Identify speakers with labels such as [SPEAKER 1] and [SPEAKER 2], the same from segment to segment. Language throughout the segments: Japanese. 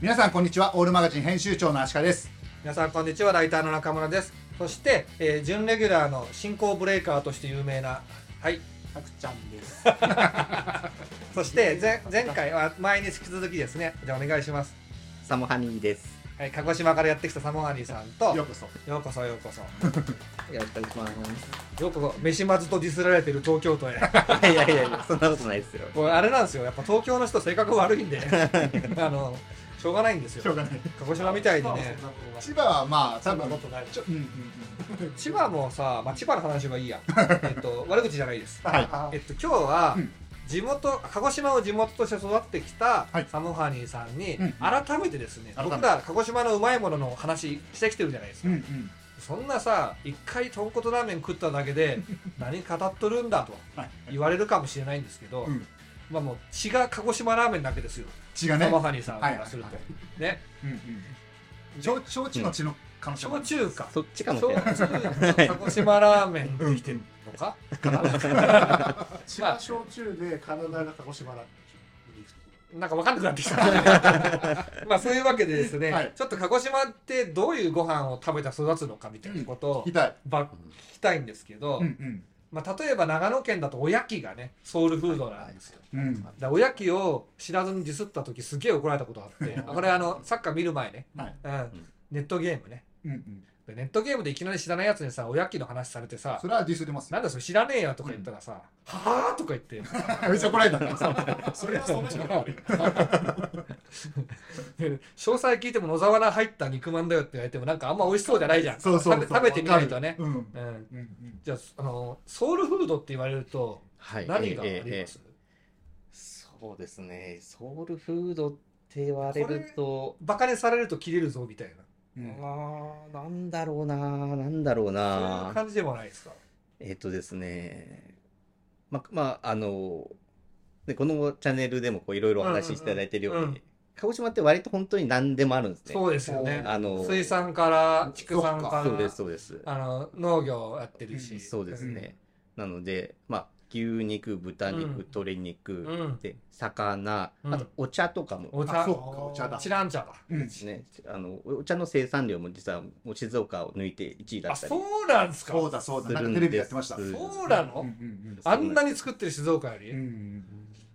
[SPEAKER 1] 皆さんこんにちはオールマガジン編集長の足利です
[SPEAKER 2] 皆さんこんにちはライターの中村ですそして、えー準レギュラーの進行ブレーカーとして有名なはい
[SPEAKER 3] たくちゃんです。
[SPEAKER 2] そして前前回は前に引き続きですねじゃあお願いします
[SPEAKER 3] サモハニーです。
[SPEAKER 2] はい鹿児島からやってきたサモハニーさんと
[SPEAKER 1] ようこそ
[SPEAKER 2] ようこそようこそ
[SPEAKER 3] よろしくお願い しま
[SPEAKER 2] ようこそ飯まずとディスられてる東京都 へ
[SPEAKER 3] す。いやいやいや、そんなことないですよ。
[SPEAKER 2] これあれなんですよやっぱ東京の人性格悪 いんであのしょうがないんです
[SPEAKER 1] しょう
[SPEAKER 2] よ
[SPEAKER 1] がない
[SPEAKER 2] 鹿児島みたいにね
[SPEAKER 1] 千葉はまあ多
[SPEAKER 3] そんな
[SPEAKER 1] 分
[SPEAKER 3] ことない。
[SPEAKER 1] ちょうんうんうん
[SPEAKER 2] 千葉もさ、まあ、千葉の話は いいやえっと悪口じゃないです
[SPEAKER 1] はい
[SPEAKER 2] えっと、今日は
[SPEAKER 1] うん
[SPEAKER 2] 地元鹿児島を地元として育ってきた
[SPEAKER 1] はい
[SPEAKER 2] サモハニーさんに
[SPEAKER 1] うん
[SPEAKER 2] 改めてですね、
[SPEAKER 1] 改めて
[SPEAKER 2] 僕ら鹿児島のうまいものの話してきてるじゃないです
[SPEAKER 1] う
[SPEAKER 2] か、
[SPEAKER 1] んうん
[SPEAKER 2] そんなさ一回豚骨ラーメン食っただ けで何語っとるんだと
[SPEAKER 1] はい
[SPEAKER 2] 言われるかもしれないんですけど、
[SPEAKER 1] うん
[SPEAKER 2] まあもう血が鹿児島ラーメンだけですよ、
[SPEAKER 1] 血がね
[SPEAKER 2] サモハニーさんからすると、
[SPEAKER 1] はいは
[SPEAKER 2] ね
[SPEAKER 1] うんうん焼焼酎の血の可能性もあ
[SPEAKER 2] 焼
[SPEAKER 1] る
[SPEAKER 2] 酎か
[SPEAKER 3] そっちかもし
[SPEAKER 2] 焼
[SPEAKER 3] れ ない。
[SPEAKER 2] 酎鹿児島ラーメン
[SPEAKER 1] うん
[SPEAKER 2] できてるのか、
[SPEAKER 4] 千葉焼酎で体が鹿児島だ
[SPEAKER 2] なんか分かんなくなってきた。 まあそういうわけでですね、
[SPEAKER 1] はい
[SPEAKER 2] ちょっと鹿児島ってどういうご飯を食べて育つのかみたいなことを
[SPEAKER 1] 聞きたい
[SPEAKER 2] ば聞きたいんですけど、
[SPEAKER 1] うん
[SPEAKER 2] まあ、例えば長野県だとおやきがねソウルフードなんですよ。
[SPEAKER 1] うんうん
[SPEAKER 2] だからおやきを知らずにディスった時すげえ怒られたことあってこれあのサッカー見る前ね、
[SPEAKER 1] はい
[SPEAKER 2] うん、ネットゲームね
[SPEAKER 1] うんうん
[SPEAKER 2] でネットゲームでいきなり知らないやつにさおやきの話されてさ
[SPEAKER 1] それはディスります
[SPEAKER 2] 「なんだそれ知らねえよ」とか言ったらさ「はあ?」とか言って
[SPEAKER 1] めっちゃ怒られたね
[SPEAKER 4] それはその人が悪い。
[SPEAKER 2] 詳細聞いても野沢菜入った肉まんだよって言われてもなんかあんま美味しそうじゃないじゃん
[SPEAKER 1] そうそうそう
[SPEAKER 2] 食べ食べてみないとね
[SPEAKER 1] うんうん
[SPEAKER 2] うん
[SPEAKER 1] うん
[SPEAKER 2] じゃああのソウルフードって言われると
[SPEAKER 3] はい。
[SPEAKER 2] 何があ
[SPEAKER 3] ええ
[SPEAKER 2] り
[SPEAKER 3] ええ
[SPEAKER 2] ま
[SPEAKER 3] ええ
[SPEAKER 2] す、
[SPEAKER 3] そうですね。ソウルフードって言われると、
[SPEAKER 2] バカにされると切れるぞみたい
[SPEAKER 1] うんうん
[SPEAKER 3] あーなんだろうな、なんだろう
[SPEAKER 2] なそういう
[SPEAKER 3] な。
[SPEAKER 2] 感じでもないですか
[SPEAKER 3] えっとですね。ま、まあ、あの、でこのチャンネルでもこういろいろお話ししていただいてるよう
[SPEAKER 2] う
[SPEAKER 3] に、
[SPEAKER 2] んうんうん
[SPEAKER 3] 鹿児島って割と本当に何でもあるんですね。
[SPEAKER 2] そうですよね
[SPEAKER 3] あの
[SPEAKER 2] 水産から畜産から
[SPEAKER 3] そうです、そうです。
[SPEAKER 2] あの農業やってるし、
[SPEAKER 1] うん
[SPEAKER 3] そうですね。なので、まあ、牛肉、豚肉、
[SPEAKER 2] うん
[SPEAKER 3] 鶏肉、
[SPEAKER 2] うん
[SPEAKER 3] で、魚、
[SPEAKER 2] うん
[SPEAKER 3] あとお茶とかも
[SPEAKER 2] お
[SPEAKER 1] あ
[SPEAKER 2] 茶
[SPEAKER 1] そうかお茶だ
[SPEAKER 2] チランチャだ
[SPEAKER 1] うん
[SPEAKER 3] ですね。あの、お茶の生産量も実はもう静岡を抜いて1位
[SPEAKER 2] あ
[SPEAKER 3] だったり。
[SPEAKER 2] そうなんですか
[SPEAKER 1] そうだそうだなんかテレビでやってました
[SPEAKER 3] す
[SPEAKER 1] う
[SPEAKER 3] る
[SPEAKER 1] ん
[SPEAKER 3] んです
[SPEAKER 2] そうなの、
[SPEAKER 1] うんうん
[SPEAKER 2] あんなに作ってる静岡より、
[SPEAKER 1] うんうん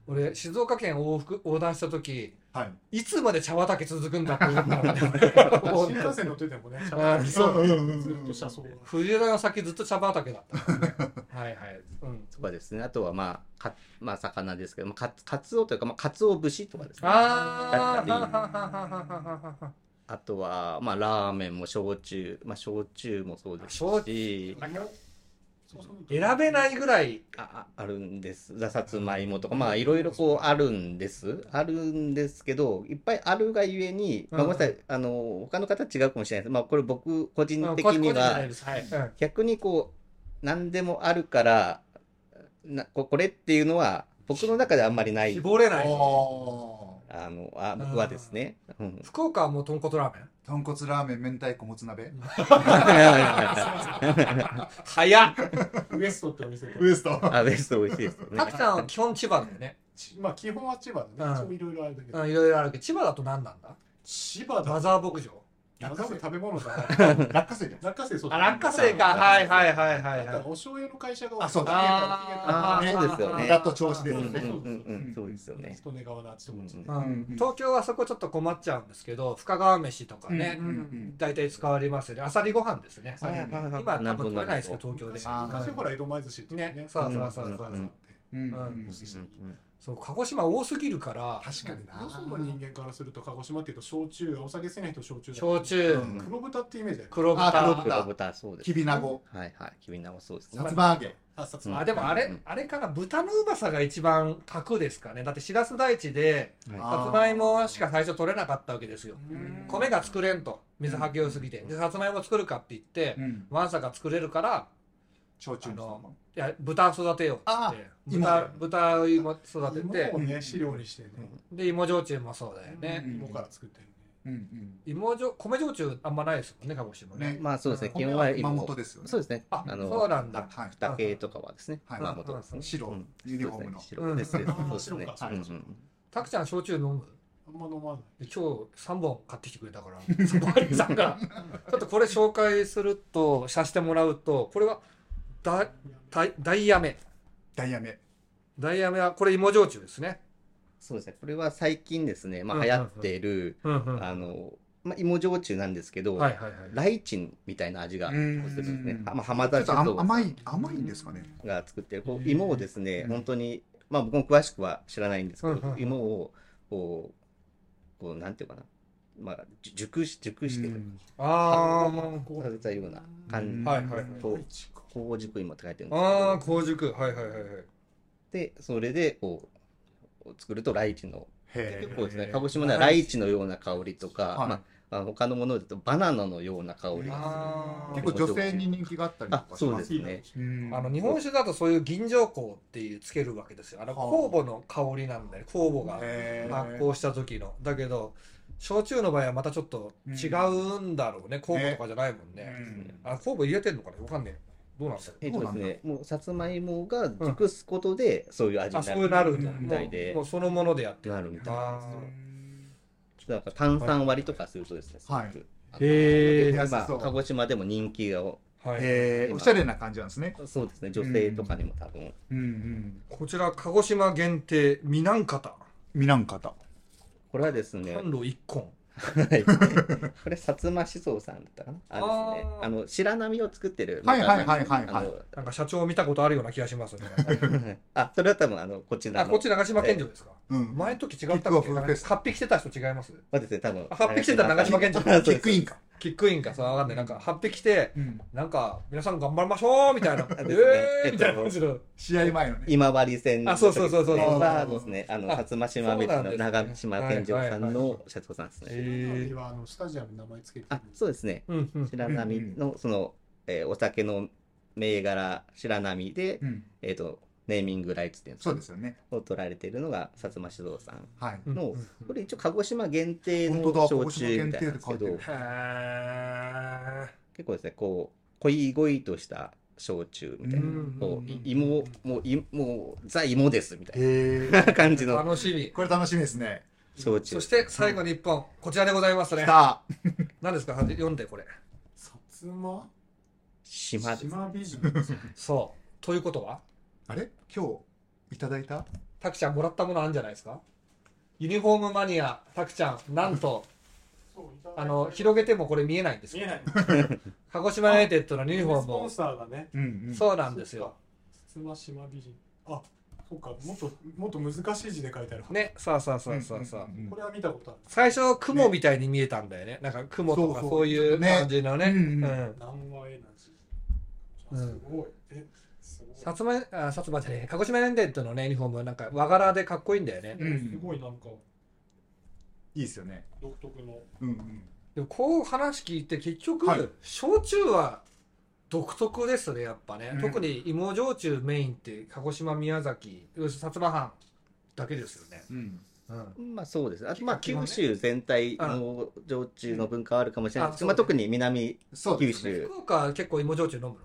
[SPEAKER 2] 俺静岡県往復横断した時
[SPEAKER 1] はい
[SPEAKER 2] いつまで茶畑続くんだって思ったの
[SPEAKER 4] 新幹線乗っててもね、ち
[SPEAKER 2] あーそう
[SPEAKER 1] うんうんうん
[SPEAKER 4] ずっと車窓が。
[SPEAKER 2] 藤枝の先ずっと茶畑だったからね、はいはい、うん、
[SPEAKER 3] とかですね。あとは、まあ、かまあ、魚ですけど、まあ、かかつおというか、まあ、かつお節とかですね。あ
[SPEAKER 2] あ
[SPEAKER 3] だったり
[SPEAKER 2] あ
[SPEAKER 3] とは、まあ、ラーメンも焼酎、まあ、焼酎もそうです
[SPEAKER 2] 焼
[SPEAKER 3] し、
[SPEAKER 2] 選べないぐらい
[SPEAKER 3] あああるんです。ださつまいもとか、まあいろいろこうあるんです。あるんですけど、いっぱいあるがゆえに、まあ、
[SPEAKER 2] うん
[SPEAKER 3] ごめんなさい、あの、他の方は違うかもしれないです。まあこれ僕個人的
[SPEAKER 2] 個人じ
[SPEAKER 3] に
[SPEAKER 2] ゃな、
[SPEAKER 3] はい
[SPEAKER 2] ですはい、うん
[SPEAKER 3] 逆にこう、何でもあるから、なここれっていうのは、僕の中であんまりない。
[SPEAKER 2] 絞れない
[SPEAKER 1] おー
[SPEAKER 3] あの、あ、僕はですね。うん。
[SPEAKER 2] 福岡はもう豚骨ラーメン
[SPEAKER 1] 豚骨ラーメン明太子もつ鍋
[SPEAKER 2] 早っ
[SPEAKER 4] ウエストってお店で。
[SPEAKER 1] ウエスト
[SPEAKER 3] あ、ベスト美味しいですよね
[SPEAKER 2] タ。キさんは基本千葉だよね、
[SPEAKER 4] ちまあ基本は千葉だね。一応いろいろあるんだけ
[SPEAKER 2] う
[SPEAKER 4] ど。
[SPEAKER 2] ん、いろいろあるけど千葉だと何なんだ
[SPEAKER 4] 千葉
[SPEAKER 2] マ
[SPEAKER 4] だ。
[SPEAKER 2] ザー牧場
[SPEAKER 4] 多分食べ物じゃない。
[SPEAKER 1] 落花生じゃん
[SPEAKER 4] 落花生そう
[SPEAKER 2] あ落花生かはいはいはいはいはい
[SPEAKER 4] お醤油の会社が。
[SPEAKER 2] あー
[SPEAKER 1] ね
[SPEAKER 2] あー
[SPEAKER 3] そうですよね
[SPEAKER 1] だと調子
[SPEAKER 3] う
[SPEAKER 1] で
[SPEAKER 3] ん
[SPEAKER 1] す
[SPEAKER 3] う
[SPEAKER 1] よ
[SPEAKER 3] んう
[SPEAKER 1] ね
[SPEAKER 3] んうん、そうですよね。
[SPEAKER 4] 利根川のあっちとこっちで。
[SPEAKER 2] うん
[SPEAKER 1] うん
[SPEAKER 2] 東京はそこちょっと困っちゃうんですけど深川飯とかね、
[SPEAKER 1] うんうんうん
[SPEAKER 2] 大体使われますよねあさりご飯ですね
[SPEAKER 1] はいはい
[SPEAKER 2] 今多分取れないですけど東京で
[SPEAKER 4] 昔ほら江戸前寿司って
[SPEAKER 2] ね
[SPEAKER 4] ね。
[SPEAKER 2] そうそうそうそう、
[SPEAKER 3] うん
[SPEAKER 1] うん
[SPEAKER 2] う
[SPEAKER 1] うん
[SPEAKER 2] ん
[SPEAKER 3] うんうん
[SPEAKER 2] そう鹿児島多すぎるから
[SPEAKER 1] 確かにな
[SPEAKER 4] よその人間からすると鹿児島っていうと焼酎お酒好きない人焼酎だ
[SPEAKER 2] 焼酎、
[SPEAKER 1] うん
[SPEAKER 4] 黒豚ってイメージだよ
[SPEAKER 2] 黒豚
[SPEAKER 1] あ黒豚
[SPEAKER 3] 黒豚、そうです
[SPEAKER 1] き。びなご
[SPEAKER 3] はいはい、きびなもそうですね。
[SPEAKER 1] さつま揚げ
[SPEAKER 4] あさつ
[SPEAKER 2] あ
[SPEAKER 4] まい
[SPEAKER 2] でもあれ、
[SPEAKER 3] うん
[SPEAKER 2] あれかな豚のうまさが一番格ですかねだってしらす台地で
[SPEAKER 1] あー
[SPEAKER 2] さつまいもしか最初取れなかったわけですよ
[SPEAKER 4] うん
[SPEAKER 2] 米が作れんと水はけをすぎてでさつまいも作るかって言って
[SPEAKER 1] うん
[SPEAKER 2] わんさが作れるから
[SPEAKER 1] 焼酎の
[SPEAKER 2] あのいや豚育てようっつって
[SPEAKER 1] あー芋だよ
[SPEAKER 2] 豚豚を芋育て
[SPEAKER 4] 芋
[SPEAKER 2] て
[SPEAKER 4] をね飼料にしてね
[SPEAKER 2] で芋焼酎もそうだよね、
[SPEAKER 1] うん
[SPEAKER 4] 芋から作ってるね
[SPEAKER 1] うん
[SPEAKER 2] 芋じょ米焼酎あんまないですもんね鹿児島ね
[SPEAKER 1] ね
[SPEAKER 3] まあそうですね、
[SPEAKER 1] うん
[SPEAKER 3] 基本は
[SPEAKER 1] 熊
[SPEAKER 3] 今
[SPEAKER 1] 本ですよね
[SPEAKER 3] そうですね。
[SPEAKER 2] あ
[SPEAKER 3] あ
[SPEAKER 2] そう
[SPEAKER 3] の、
[SPEAKER 2] なんだ
[SPEAKER 1] はい
[SPEAKER 3] 二系とかはですね、
[SPEAKER 1] はい
[SPEAKER 3] 熊本
[SPEAKER 2] うん
[SPEAKER 1] 白
[SPEAKER 3] うん
[SPEAKER 1] ユニフォームの
[SPEAKER 3] そうですね白です。そ
[SPEAKER 4] うん
[SPEAKER 3] うですね。
[SPEAKER 4] あー白か
[SPEAKER 3] うんうん
[SPEAKER 2] たくちゃん焼酎飲む
[SPEAKER 4] あんま飲まない。
[SPEAKER 2] で今日3本買ってきてくれたから、 サバリさんが。ちょっとこれ紹介すると、させてもらうと、これはだだダイヤメ。
[SPEAKER 1] ダイヤメ。
[SPEAKER 2] ダイヤメは、これ芋焼酎ですね。
[SPEAKER 3] そうですね。これは最近ですね、ま
[SPEAKER 2] うん
[SPEAKER 3] あ、
[SPEAKER 2] うん
[SPEAKER 3] 流
[SPEAKER 2] うん
[SPEAKER 3] 行っている、
[SPEAKER 2] うんうん。はい
[SPEAKER 3] あの、まあ、芋焼酎なんですけど、
[SPEAKER 2] はいはい。
[SPEAKER 3] ライチンみたいな味がする
[SPEAKER 1] うん
[SPEAKER 3] んですね。
[SPEAKER 1] うん
[SPEAKER 3] あまあ、
[SPEAKER 1] ちょ
[SPEAKER 3] 浜田
[SPEAKER 1] っ
[SPEAKER 3] 酒
[SPEAKER 1] と甘
[SPEAKER 3] 造
[SPEAKER 1] 甘い甘いんですかね。
[SPEAKER 3] が作ってる、こ
[SPEAKER 2] うん
[SPEAKER 3] う芋をですね、
[SPEAKER 1] うん
[SPEAKER 3] 本当に、まあ、僕も詳しくは知らないんですけ
[SPEAKER 2] うんうん
[SPEAKER 3] ど
[SPEAKER 2] う、ん
[SPEAKER 3] 芋を、こう、こう、なんていうかな、まあ、じゅ熟し、熟して
[SPEAKER 1] う
[SPEAKER 3] る、
[SPEAKER 1] ん
[SPEAKER 2] あー、
[SPEAKER 3] させたような感
[SPEAKER 1] うん
[SPEAKER 3] じ。
[SPEAKER 2] はいはいはい
[SPEAKER 3] こ
[SPEAKER 4] ライ
[SPEAKER 3] う
[SPEAKER 4] チか
[SPEAKER 3] 高熟芋って書いてるんですけど
[SPEAKER 2] ああ、高熟。はいはいはいはい。
[SPEAKER 3] で、それで、こう、作るとライチの、
[SPEAKER 1] へ
[SPEAKER 3] 結
[SPEAKER 1] え。
[SPEAKER 3] 構ですね、鹿児島ではライチのような香りとか、
[SPEAKER 1] はい
[SPEAKER 3] まあ、あ他のものだとバナナのような香りが
[SPEAKER 2] あー
[SPEAKER 1] 結構女性に人気があったりと
[SPEAKER 3] あ
[SPEAKER 1] かし
[SPEAKER 3] そう
[SPEAKER 1] ま。
[SPEAKER 3] ですすね。
[SPEAKER 1] うん
[SPEAKER 2] あの日本酒だとそういう銀醸香っていうつけるわけですよ。あの
[SPEAKER 1] はあ
[SPEAKER 2] 酵母の香りなんだよ。酵母が
[SPEAKER 1] へー
[SPEAKER 2] 発酵した時の。だけど、焼酎の場合はまたちょっと違うんだろうね。酵母とかじゃないもん
[SPEAKER 1] う
[SPEAKER 2] ね。
[SPEAKER 1] ん
[SPEAKER 2] あ、酵母入れてんのかねわかんねえ。どうなんですか
[SPEAKER 3] えっとです
[SPEAKER 1] そう
[SPEAKER 3] ね、もうさつまいもが熟すことで、そういう味
[SPEAKER 2] あ、
[SPEAKER 3] にな
[SPEAKER 2] そう
[SPEAKER 3] る
[SPEAKER 2] なる
[SPEAKER 1] み
[SPEAKER 2] んだ。
[SPEAKER 1] たい
[SPEAKER 2] も
[SPEAKER 3] で
[SPEAKER 2] うもうそのものでやってる。
[SPEAKER 3] なるみたいな。
[SPEAKER 2] あ
[SPEAKER 3] なんか炭酸割りとかするとですね、
[SPEAKER 1] はい
[SPEAKER 3] すごく
[SPEAKER 2] へ
[SPEAKER 1] ー
[SPEAKER 3] あの
[SPEAKER 1] 安そう
[SPEAKER 3] まあ、鹿児島でも人気が、
[SPEAKER 2] あ。はい。
[SPEAKER 1] へえ。おしゃれな感じなんですね。
[SPEAKER 3] そうですね、女性とかにも多分、
[SPEAKER 1] うんうん。
[SPEAKER 2] こちら、鹿児島限定、ミナンカタ。
[SPEAKER 1] 見なんかった。
[SPEAKER 3] これはですね、
[SPEAKER 2] 販路一根。
[SPEAKER 3] はい これ、薩摩思想さんだったかな。あのですね、
[SPEAKER 2] あー
[SPEAKER 3] あの白波を作ってる。
[SPEAKER 1] はいはいはいはいはい
[SPEAKER 3] あの
[SPEAKER 2] なんか社長見たことあるような気がし ますね。
[SPEAKER 3] あ、それは多分、あの、こちら
[SPEAKER 2] あ、
[SPEAKER 3] の。
[SPEAKER 2] こっち長島県庁ですか
[SPEAKER 1] うん。
[SPEAKER 2] 前の時違った
[SPEAKER 1] キックオ
[SPEAKER 2] っけ
[SPEAKER 1] フフェス
[SPEAKER 2] 発匹してた人違います
[SPEAKER 3] はですね、多分。
[SPEAKER 2] あ発表してた長島県庁
[SPEAKER 3] あそ
[SPEAKER 1] キ
[SPEAKER 3] うで
[SPEAKER 1] ッ
[SPEAKER 3] す
[SPEAKER 1] クインか。
[SPEAKER 2] キックインかさ、わかんない。なんか、発匹して、
[SPEAKER 1] うん
[SPEAKER 2] なんか、皆さん頑張りましょうみたい な。
[SPEAKER 3] すね
[SPEAKER 2] えー
[SPEAKER 3] えっと
[SPEAKER 2] みたいな感じの。
[SPEAKER 1] 試合前のね。
[SPEAKER 3] 今治線の
[SPEAKER 2] あそうそうそうそう
[SPEAKER 3] はですね、あの、
[SPEAKER 2] あ
[SPEAKER 3] 薩摩島別の長島県庁さんの社長さんですね。
[SPEAKER 4] 白波はあのスタジアムに名前つけて
[SPEAKER 3] あ、そうですね。
[SPEAKER 2] うんうん。
[SPEAKER 3] 白波の、その、えーお酒の銘柄、白波で、
[SPEAKER 1] うん。
[SPEAKER 3] えっと、ネーミングライツっていうんです
[SPEAKER 1] そ
[SPEAKER 3] か
[SPEAKER 1] うですよね。
[SPEAKER 3] を取られているのが薩摩酒造さん。
[SPEAKER 1] はい。
[SPEAKER 2] うん
[SPEAKER 3] のこれ一応鹿児島限定の
[SPEAKER 1] 本当だ
[SPEAKER 3] 焼酎みたいなんですけ
[SPEAKER 1] 鹿児島限定って書いて
[SPEAKER 3] ど
[SPEAKER 1] る、
[SPEAKER 2] へ
[SPEAKER 3] 結構ですね、こう、濃いごいとした焼酎みたいな
[SPEAKER 1] うん
[SPEAKER 2] うんうん、
[SPEAKER 3] こう、い芋、もう、いもう、ザ芋ですみたい
[SPEAKER 1] へえ。
[SPEAKER 3] な感じの
[SPEAKER 2] 楽しみ。
[SPEAKER 1] これ楽しみですね。
[SPEAKER 3] 焼酎
[SPEAKER 2] そ。して、最後に一本、こちらでございます
[SPEAKER 1] 来
[SPEAKER 2] ね。
[SPEAKER 1] た。
[SPEAKER 2] 何ですか読んで、これ。
[SPEAKER 4] 薩摩
[SPEAKER 3] 島です。
[SPEAKER 4] 島美人
[SPEAKER 2] そう。ということは
[SPEAKER 1] あれ今日いただいた
[SPEAKER 2] タクちゃんもらったものあるんじゃないですかユニフォームマニア、タクちゃん、なん と、あの、広げてもこれ見えないんです
[SPEAKER 4] 見
[SPEAKER 2] よ
[SPEAKER 4] えない
[SPEAKER 2] 鹿児島ユナイテッドのユニフォー
[SPEAKER 4] ス
[SPEAKER 2] ム
[SPEAKER 4] ポ
[SPEAKER 2] を
[SPEAKER 4] ン。サーがね
[SPEAKER 1] うんうん。
[SPEAKER 2] そうなんですよ。
[SPEAKER 4] 薩摩島美人あそうかもっともっと難しい字で書いてある
[SPEAKER 2] ね、さあさあさあさあさあ。
[SPEAKER 1] うん
[SPEAKER 4] これは見たことある
[SPEAKER 2] 最初雲みたいに見えたんだよねなんか雲と
[SPEAKER 1] そ
[SPEAKER 2] か
[SPEAKER 1] うそう
[SPEAKER 2] そういう
[SPEAKER 1] ね
[SPEAKER 2] 感じのね
[SPEAKER 1] うんうん
[SPEAKER 2] うん
[SPEAKER 4] 南和エナジ
[SPEAKER 2] う
[SPEAKER 4] ー
[SPEAKER 2] ん
[SPEAKER 4] すごいえすごい
[SPEAKER 2] 薩摩あ薩摩じゃねえ鹿児島エンデッドのねユニフォームなんか和柄でかっこいいんだよね、
[SPEAKER 1] うん
[SPEAKER 4] すごいなんか
[SPEAKER 1] いいですよね。
[SPEAKER 4] 独特の
[SPEAKER 1] うんうん。
[SPEAKER 2] でもこう話聞いて結局、
[SPEAKER 1] はい
[SPEAKER 2] 焼酎は独特ですねやっぱね、
[SPEAKER 1] うん
[SPEAKER 2] 特に芋焼酎メインって鹿児島宮崎要するに薩摩藩だけですよね、
[SPEAKER 1] うん。
[SPEAKER 2] うん、
[SPEAKER 3] まあそうですね。あとまあ
[SPEAKER 2] 基本
[SPEAKER 3] 九
[SPEAKER 2] ね
[SPEAKER 3] 州全体の焼酎の文化はあるかもしれないですけど、
[SPEAKER 2] うんあ
[SPEAKER 3] まあ特に南
[SPEAKER 1] そう
[SPEAKER 3] 九
[SPEAKER 1] ですね。
[SPEAKER 3] 州。
[SPEAKER 2] 福岡は結構芋焼酎飲む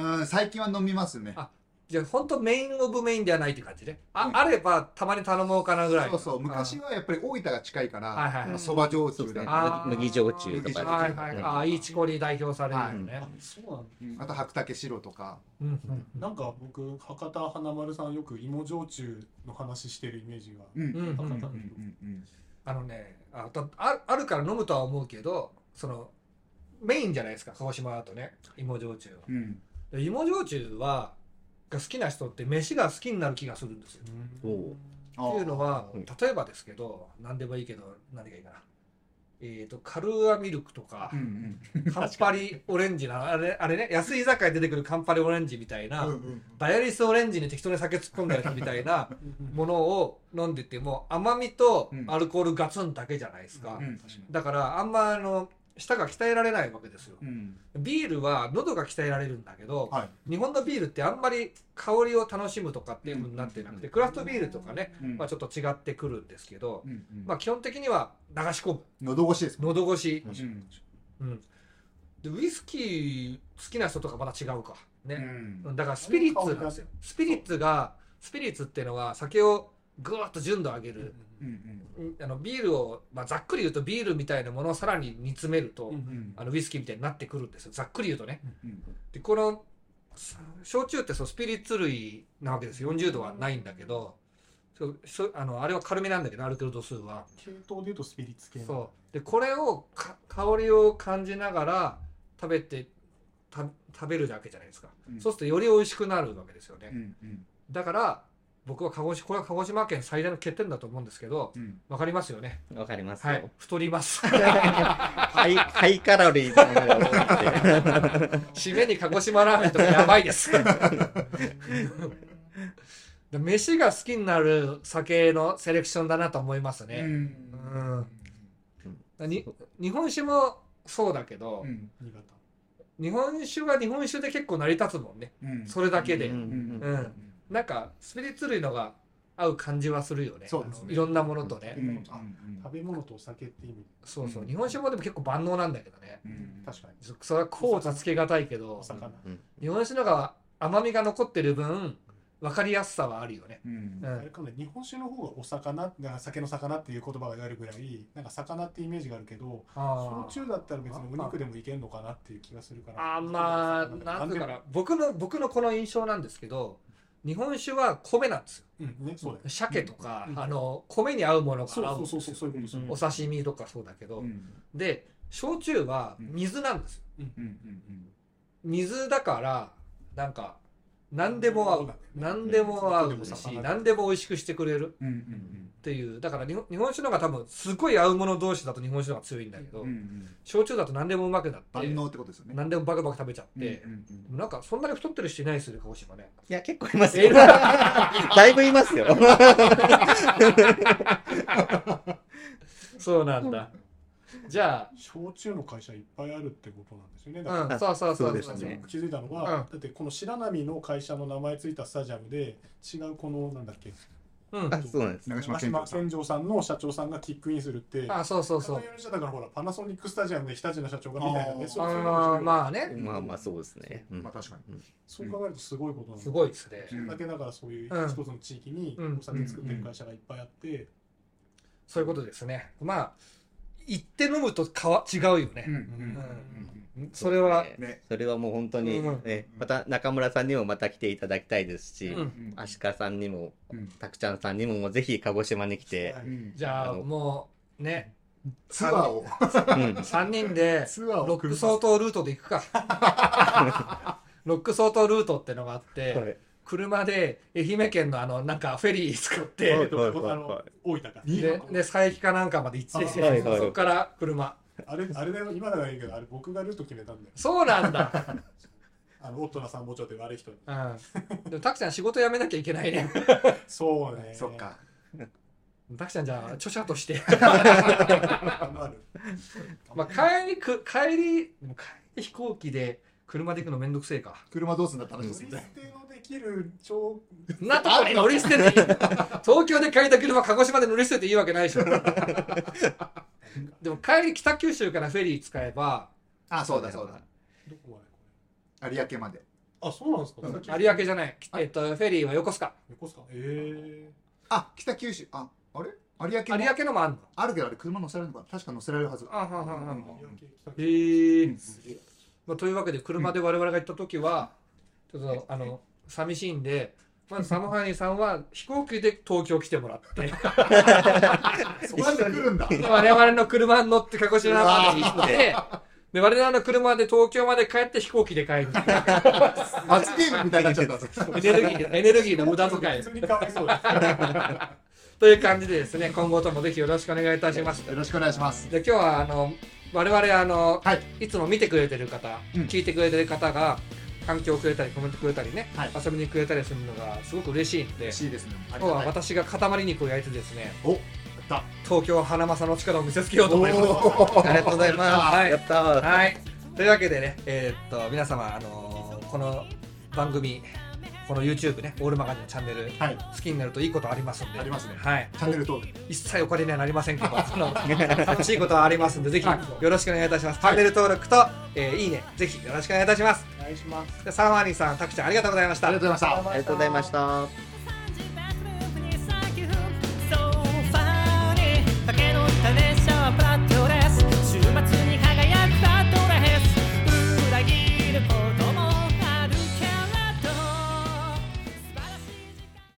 [SPEAKER 2] の
[SPEAKER 1] うん、最近は飲みますね
[SPEAKER 2] あ。じゃあ本当メインオブメインではないって感じねあ,、
[SPEAKER 1] うん
[SPEAKER 2] あればたまに頼もうかなぐらい
[SPEAKER 1] そうそう。昔
[SPEAKER 2] は
[SPEAKER 1] はやっぱり大分が近いか
[SPEAKER 2] はい
[SPEAKER 1] ら、
[SPEAKER 2] はいはい
[SPEAKER 1] そば焼
[SPEAKER 3] そう
[SPEAKER 1] 酎
[SPEAKER 3] ですね
[SPEAKER 1] だ。
[SPEAKER 2] あー
[SPEAKER 3] 麦焼酎と
[SPEAKER 1] うん
[SPEAKER 3] か
[SPEAKER 2] はいはい、ああ、いいチコに代表されるよね。
[SPEAKER 4] あそうなんだ
[SPEAKER 1] うんあと白竹白とか。
[SPEAKER 2] うんうんうん
[SPEAKER 4] なんか僕博多華丸さんよく芋焼酎の話してるイメージが
[SPEAKER 1] うん
[SPEAKER 2] うんうんうん
[SPEAKER 1] うんうん
[SPEAKER 2] あのね、あとああるから飲むとは思うけど、そのメインじゃないですか、鹿児島だとね、芋焼酎は
[SPEAKER 1] うんうん。
[SPEAKER 2] で芋焼酎はが好きな人って飯が好きになる気がするんですよ。
[SPEAKER 3] おう
[SPEAKER 1] あ
[SPEAKER 2] っていうのは
[SPEAKER 3] うん、
[SPEAKER 2] 例えばですけど、何でもいいけど、何がいいかな。えー、とカルーアミルクとか
[SPEAKER 1] う、ん
[SPEAKER 2] カンパリオレンジな、あれあれね、安い居酒屋に出てくるカンパリオレンジみたいな、
[SPEAKER 1] うん。うんうん
[SPEAKER 2] バヤリスオレンジに適当に酒突っ込んだやつみた いな、ものを飲んでても甘みとアルコールガツンだけじゃないですか、
[SPEAKER 1] うん。
[SPEAKER 2] だからあんまあの舌が鍛えられないわけですよ
[SPEAKER 1] うん。
[SPEAKER 2] ビールは喉が鍛えられるんだけど、
[SPEAKER 1] はい。
[SPEAKER 2] 日本のビールってあんまり香りを楽しむとかっていう風になってなくて、クラフトビールとかね、
[SPEAKER 1] うん
[SPEAKER 2] まあ、ちょっと違ってくるんですけど、
[SPEAKER 1] うんうん
[SPEAKER 2] まあ基本的には流し込む
[SPEAKER 1] 喉越しですもん。
[SPEAKER 2] 喉越し、
[SPEAKER 1] うん
[SPEAKER 2] うん、でウイスキー好きな人とかまた違うかね、
[SPEAKER 1] うん
[SPEAKER 2] だからスピリッツなんですよ。スピリッツが、スピリッツっていうのは酒をぐわっと純度を上げる、
[SPEAKER 1] うんうん
[SPEAKER 2] んあのビールを、まあ、ざっくり言うとビールみたいなものをさらに煮詰めると、
[SPEAKER 1] うん
[SPEAKER 2] あのウイスキーみたいになってくるんですよざっくり言うとね
[SPEAKER 1] うん
[SPEAKER 2] でこのさ焼酎ってそうスピリッツ類なわけですよ40度はないんだけどそうそあのあれは軽めなんだけどアルコール度数は
[SPEAKER 4] 系統で言うとスピリッツ系の
[SPEAKER 2] そうでこれをか香りを感じながら食べてた食べるわけじゃないですか、
[SPEAKER 1] うん
[SPEAKER 2] そうするとより美味しくなるわけですよね、
[SPEAKER 1] うんうん
[SPEAKER 2] だから僕は鹿児島これは鹿児島県最大の欠点だと思うんですけど
[SPEAKER 1] うん
[SPEAKER 2] わかりますよね
[SPEAKER 3] わかります
[SPEAKER 2] はい
[SPEAKER 3] よ。
[SPEAKER 2] 太ります
[SPEAKER 3] ハイ、ハイカロリーなのが多くて。
[SPEAKER 2] 締めに鹿児島ラーメンとかやばいです で飯が好きになる酒のセレクションだなと思います
[SPEAKER 1] う
[SPEAKER 2] ね、
[SPEAKER 1] ん
[SPEAKER 2] うんに日本酒もそうだけど
[SPEAKER 1] う、ん
[SPEAKER 4] 新潟
[SPEAKER 2] 日本酒が日本酒で結構成り立つもんね
[SPEAKER 1] うん
[SPEAKER 2] それだけで、
[SPEAKER 3] うん
[SPEAKER 2] うんなんかスピリッツ類のが合う感じはするよね
[SPEAKER 1] そうですね
[SPEAKER 2] あのいろんなものとね、
[SPEAKER 1] うんうん
[SPEAKER 4] 食べ物とお酒って意味
[SPEAKER 2] そうそう
[SPEAKER 1] うん
[SPEAKER 2] 日本酒もでも結構万能なんだけどね
[SPEAKER 1] うん
[SPEAKER 4] 確かに
[SPEAKER 2] そそれはこう座つけがたいけど
[SPEAKER 4] お魚
[SPEAKER 3] うん
[SPEAKER 2] 日本酒のが甘みが残ってる分分かりやすさはあるよね、
[SPEAKER 1] うん
[SPEAKER 2] う
[SPEAKER 4] あれ
[SPEAKER 2] ん、
[SPEAKER 4] かもね日本酒の方がお魚なんか酒の魚っていう言葉があるぐらいなんか魚ってイメージがあるけど
[SPEAKER 2] あ
[SPEAKER 4] 焼
[SPEAKER 2] ー
[SPEAKER 4] 酎だったら別にお肉でもいけんのかなっていう気がするから
[SPEAKER 2] あーまあなんていうかな僕の僕のこの印象なんですけど日本酒は米なんですよ
[SPEAKER 4] うんねそうだよ
[SPEAKER 2] 鮭とか、
[SPEAKER 4] うん
[SPEAKER 2] あの米に合うものが
[SPEAKER 4] そう
[SPEAKER 2] 合うん
[SPEAKER 4] そう
[SPEAKER 2] です
[SPEAKER 4] そ
[SPEAKER 2] よ
[SPEAKER 4] うそうそういうことそういうこ
[SPEAKER 2] お刺身とかそうだけど、
[SPEAKER 1] うん
[SPEAKER 2] で焼酎は水なんですよ
[SPEAKER 1] うんうん
[SPEAKER 2] 水だからなんか何でも合う何でも合うし何でも美味しくしてくれる
[SPEAKER 1] うんうん
[SPEAKER 2] っていうだから日本日本酒の方が多分すごい合うもの同士だと日本酒の方が強いんだけど、
[SPEAKER 1] うんうん
[SPEAKER 2] 焼酎だと何でもうまくなって
[SPEAKER 1] 万能ってことですよね
[SPEAKER 2] 何でもバクバク食べちゃって、
[SPEAKER 1] うんうんうん
[SPEAKER 2] でもなんかそんなに太ってる人いないですよね鹿児島ね
[SPEAKER 3] いや、結構います
[SPEAKER 2] え
[SPEAKER 3] よ。 だいぶいますよ。
[SPEAKER 2] そうなんだじゃ
[SPEAKER 4] 焼酎の会社いっぱいあるってことなんですよねだから
[SPEAKER 2] あうんそうそうそう
[SPEAKER 3] そうで
[SPEAKER 4] そ
[SPEAKER 3] す
[SPEAKER 4] う
[SPEAKER 3] ね
[SPEAKER 4] 気づいたの
[SPEAKER 2] うん
[SPEAKER 4] は、だってこの白波の会社の名前ついたスタジアムで違うこのなんだっけ
[SPEAKER 2] うん
[SPEAKER 3] あそうなんです。
[SPEAKER 1] 長
[SPEAKER 4] 長
[SPEAKER 1] 島
[SPEAKER 4] 島
[SPEAKER 1] 健さん
[SPEAKER 4] 健丈さんの社長さんがキックインするって
[SPEAKER 2] あそうそうそう
[SPEAKER 4] 片寄りの社だからほらパナソニックスタジアムで日立の社長がみたいな
[SPEAKER 1] あ
[SPEAKER 4] ね
[SPEAKER 1] ー
[SPEAKER 4] そうそういうこと
[SPEAKER 2] あーまあね
[SPEAKER 3] まあまあ、そうですね。うん
[SPEAKER 1] まあ確かに
[SPEAKER 4] そう考えるとすごいことなん
[SPEAKER 2] す
[SPEAKER 4] い
[SPEAKER 2] ごいですね
[SPEAKER 1] うん
[SPEAKER 4] だけだからそういう
[SPEAKER 2] うん
[SPEAKER 4] 一つの地域に
[SPEAKER 2] うん
[SPEAKER 4] お酒作ってる会社がいっぱいあって、
[SPEAKER 2] そういうことですねまあ行って飲むとかわ違うよね、
[SPEAKER 1] うん
[SPEAKER 2] それは、
[SPEAKER 3] そうですね
[SPEAKER 1] ね
[SPEAKER 3] それはもう本当に
[SPEAKER 2] うん、
[SPEAKER 3] ね、また中村さんにもまた来ていただきたいですし、
[SPEAKER 2] うん
[SPEAKER 3] 足利さんにも、
[SPEAKER 1] うん
[SPEAKER 3] たくちゃんさんにも、もうぜひ鹿児島に来て
[SPEAKER 4] は、い
[SPEAKER 2] じゃあ
[SPEAKER 3] あの
[SPEAKER 2] もうね
[SPEAKER 1] ツアーを
[SPEAKER 3] うん
[SPEAKER 2] 3人で
[SPEAKER 4] ツアー
[SPEAKER 2] ロ
[SPEAKER 4] を
[SPEAKER 2] ッ
[SPEAKER 4] 組
[SPEAKER 2] ク
[SPEAKER 4] む
[SPEAKER 2] 相当ルートで行くかロック相当ルートってのがあって、
[SPEAKER 3] はい
[SPEAKER 2] 車で愛媛県のあのなんかフェリー使っ
[SPEAKER 4] え
[SPEAKER 2] て
[SPEAKER 4] ーと
[SPEAKER 3] はいはいはい
[SPEAKER 4] あの大分から
[SPEAKER 2] でで佐伯かなんかまで行って
[SPEAKER 4] はい
[SPEAKER 3] はいはい
[SPEAKER 2] そっから車
[SPEAKER 4] あれあれだよ今ならいいけどあれ僕がルート決めたんだよ
[SPEAKER 2] そうなんだ、
[SPEAKER 4] あのオットな参謀長って悪い人に
[SPEAKER 2] うん、でもタクちゃん仕事辞めなきゃいけないね
[SPEAKER 4] そうね
[SPEAKER 1] そっか
[SPEAKER 2] タクちゃんじゃあ著者として
[SPEAKER 4] ある
[SPEAKER 2] まあ帰りく帰りでも帰り飛行機で車で行くのめんどくせえか
[SPEAKER 1] 車どうすんだって話
[SPEAKER 4] 乗
[SPEAKER 1] で
[SPEAKER 4] り
[SPEAKER 1] す
[SPEAKER 4] 捨
[SPEAKER 1] よ
[SPEAKER 4] て
[SPEAKER 1] ね
[SPEAKER 4] のできる超
[SPEAKER 2] そんなとこに乗り捨てていい東京で借りた車鹿児島で乗り捨てていいわけないでしょでも帰り北九州からフェリー使えば
[SPEAKER 1] あそうだそうだ
[SPEAKER 4] どこまでこ
[SPEAKER 1] 有明まで
[SPEAKER 4] れあそうなんですか、
[SPEAKER 1] うん
[SPEAKER 2] 有明じゃない、えっと、フェリーは横須賀
[SPEAKER 4] 横須賀え
[SPEAKER 1] あ北九州ああれ有
[SPEAKER 2] 有
[SPEAKER 1] 明も
[SPEAKER 2] 明のもあんの
[SPEAKER 1] あるけどあれ車乗せられるのかな確か乗せられるはず
[SPEAKER 2] あははは
[SPEAKER 1] う
[SPEAKER 4] え
[SPEAKER 2] は
[SPEAKER 1] ん
[SPEAKER 2] へ
[SPEAKER 4] ー、
[SPEAKER 2] え、
[SPEAKER 4] すげえ
[SPEAKER 2] まあ、というわけで車で我々が行った時は、ちょっとあの寂しいんでまずサムハニーさんは飛行機で東京来てもらって
[SPEAKER 1] そこまで来るんだ
[SPEAKER 2] 我々の車に乗って鹿児島まで行ってで我々の車で東京まで帰って飛行機で帰る
[SPEAKER 1] 罰ゲームみたいになっちゃったんですよ
[SPEAKER 2] エネルギーエネルギーの無駄遣い
[SPEAKER 4] 普通にかわいそうです
[SPEAKER 2] という感じでですね今後ともぜひよろしくお願いいたします
[SPEAKER 1] よろしくお願いします
[SPEAKER 2] で今日はあの我々あの、、
[SPEAKER 1] はい
[SPEAKER 2] つも見てくれてる方、
[SPEAKER 1] うん
[SPEAKER 2] 聞いてくれてる方が環境をくれたりコメントくれたりね、
[SPEAKER 1] はい
[SPEAKER 2] 遊びにくれたりするのがすごく嬉しいんで
[SPEAKER 1] 嬉しいですねあり
[SPEAKER 2] 今日
[SPEAKER 1] が
[SPEAKER 2] は
[SPEAKER 1] たい
[SPEAKER 2] 私が塊肉を焼いてですね
[SPEAKER 1] おやった
[SPEAKER 2] 東京花正の力を見せつけようと思います
[SPEAKER 1] おー
[SPEAKER 3] ありがとうございます。
[SPEAKER 2] はい
[SPEAKER 3] やったー。
[SPEAKER 2] はいというわけでねえーっと皆様あのこの番組この YouTube ねオールマガジンのチャンネル
[SPEAKER 1] はい
[SPEAKER 2] 好きになるといいことありますんで
[SPEAKER 1] ありますね
[SPEAKER 2] はい
[SPEAKER 1] チャンネル登録
[SPEAKER 2] 一切お金にはなりませんけ ど、その楽しいことはありますんで、ぜひよろしくお願いいたします。チャンネル登録と、えーいいね、ぜひよろしくお願いいたします。
[SPEAKER 4] お願いします
[SPEAKER 2] でサーファーニーさん、タクちゃん、ありがとうございました
[SPEAKER 1] ありがとうございました
[SPEAKER 3] ありがとうございました。